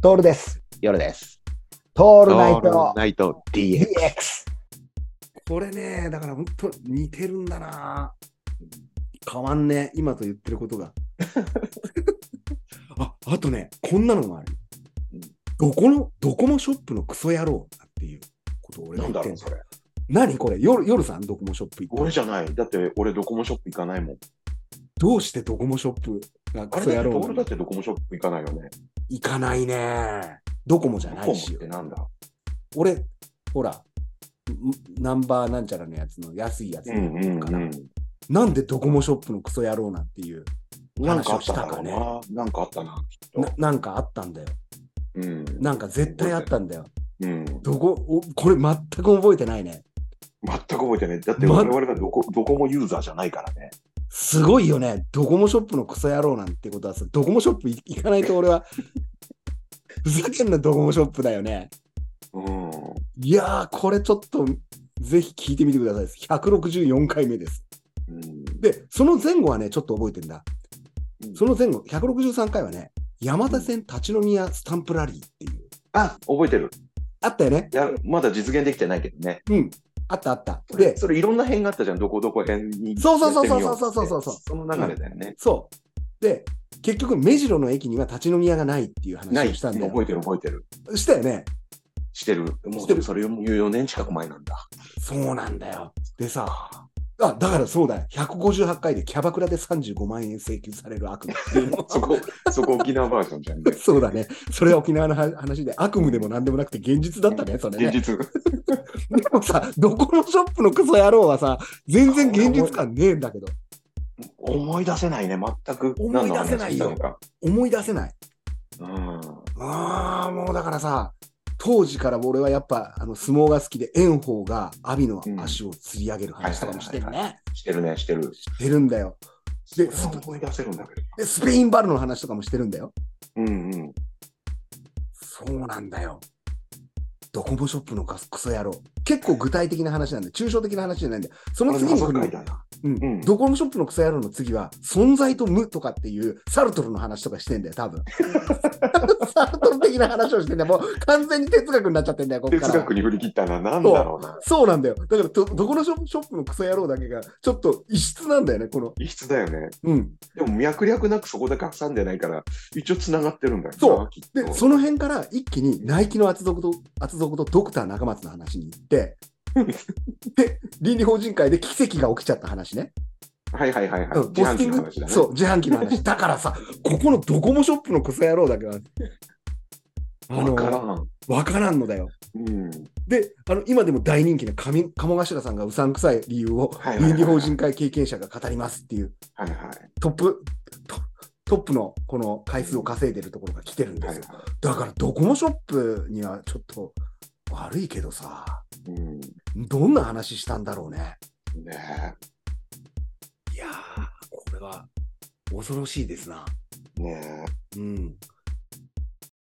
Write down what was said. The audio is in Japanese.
トールです。夜です。トオールナイトナイト DX。DX。これね、だから本当似てるんだな。変わんね、今と言ってること が。あ、あとね、こんなのもあるうん。どこの、ドコモショップのクソ野郎だっていうことを俺がな言っんだてろんう、それ。何これ夜、夜さん、ドコモショップ行った俺じゃない。だって俺ドコモショップ行かないもん。どうしてドコモショップがあクれソ野だって、郎俺なだのってドコモショップ行かないよね。行かないね。ドコモじゃドなコモいしっ。てなんだ俺、ほら、んナンバーなんちゃらのやつの安いやつうかんうんうらん。なんでドコモショップのクソ野郎なんていうなん話かあをっしたたんだかね。ろうな。なんかあったな、きっとな。なんかあったんだよ。うん。なんか絶対あったんだよ。うん。どこ、おこれ全く覚えてないね。全く覚えてない。だってま我々がドコドコモユーザーじゃないからね。すごいよね。ドコモショップのクソ野郎なんてことはさ、ドコモショップ行かないと 俺は、ふざけんなドコモショップだよね。うん。いやー、これちょっと、ぜひ聞いてみてくださいです。164回目です。うんで、その前後はね、ちょっと覚えてんだ。うんその前後、163回はね、山手線立ち飲み屋スタンプラリーっていう。あ、覚えてる。あったよねい。や、まだ実現できてないけどね。うん。あったあった。それで、それいろんな辺があったじゃん。どこどこ辺に。そうそうそうそうやってみよってそうそうそうそうその流れだよね。そう。で、結局、目白の駅には立ち飲み屋がないっていうな話い。をした覚んだよ。えてる覚えてる。したよね。してる。もしてうでるもそれも4年近く前なんだ。そうなんだよ。でさ、あ、だからそうだよ。158回でキャバクラで35万円請求される悪夢っていうの そこ、そこ沖縄バージョンじゃん、 ね。そうだね。それは沖縄のは話で悪夢でも何でもなくて現実だったね、それ現ね。実。でもさ、どこのショップのクソ野郎はさ、全然現実感ねえんだけど、思い出せないね、全く。思い出せないよ何の話思い出せない。したのか。ああ、もうだからさ、当時から俺はやっぱあの相撲が好きで、炎鵬が阿炎の足を釣り上げる話とかもしてるうんはね。うん。してるね、してる。してるんだよ。でそれは思い出せるんだけど。で、スペインバルの話とかもしてるんだよ。うんうん。そうなんだよ。ドコモショップのカスクソ野郎。結構具体的な話なんで、抽象的な話じゃないんだよ。そのこれ次に謎来解る、だな。うんうんドコモショップのクソ野郎の次は、存在と無とかっていうサルトルの話とかしてんだよ、 多分。サルトル的な話をしてんだよ。もう完全に哲学になっちゃってんだよ、こっから哲は。学に振り切ったな、なんだろうな。そうなんだよ。だからど、どこのショップショップのクソ野郎だけが、ちょっと異質なんだよね、この。異質だよね。うん。でも脈略なくそこで隠さんでないから、一応繋がってるんだよな。そうきっと。で、その辺から一気にナイキの厚底と、厚底とドクター中松の話に行って、 で、倫理法人会で奇跡が起きちゃった話ね。はいはいはいはい。うん自販機の話だね。そう、自販機の話。だから さ、ここのドコモショップのクソ野郎だけは、あわからの、ん。わからんのだよ。うん。で、あの、今でも大人気な上鴨頭さんがうさんくさい理由をはいはいはい倫理法人会経験者が語りますっていう。はいはい。トップ、トトップのこの回数を稼いでるところが来てるんではいすはいよ。だからドコモショップにはちょっと悪いけどさ、うん。どんな話したんだろうね。ねいやー、これは恐ろしいですな。え。ねえ。うん。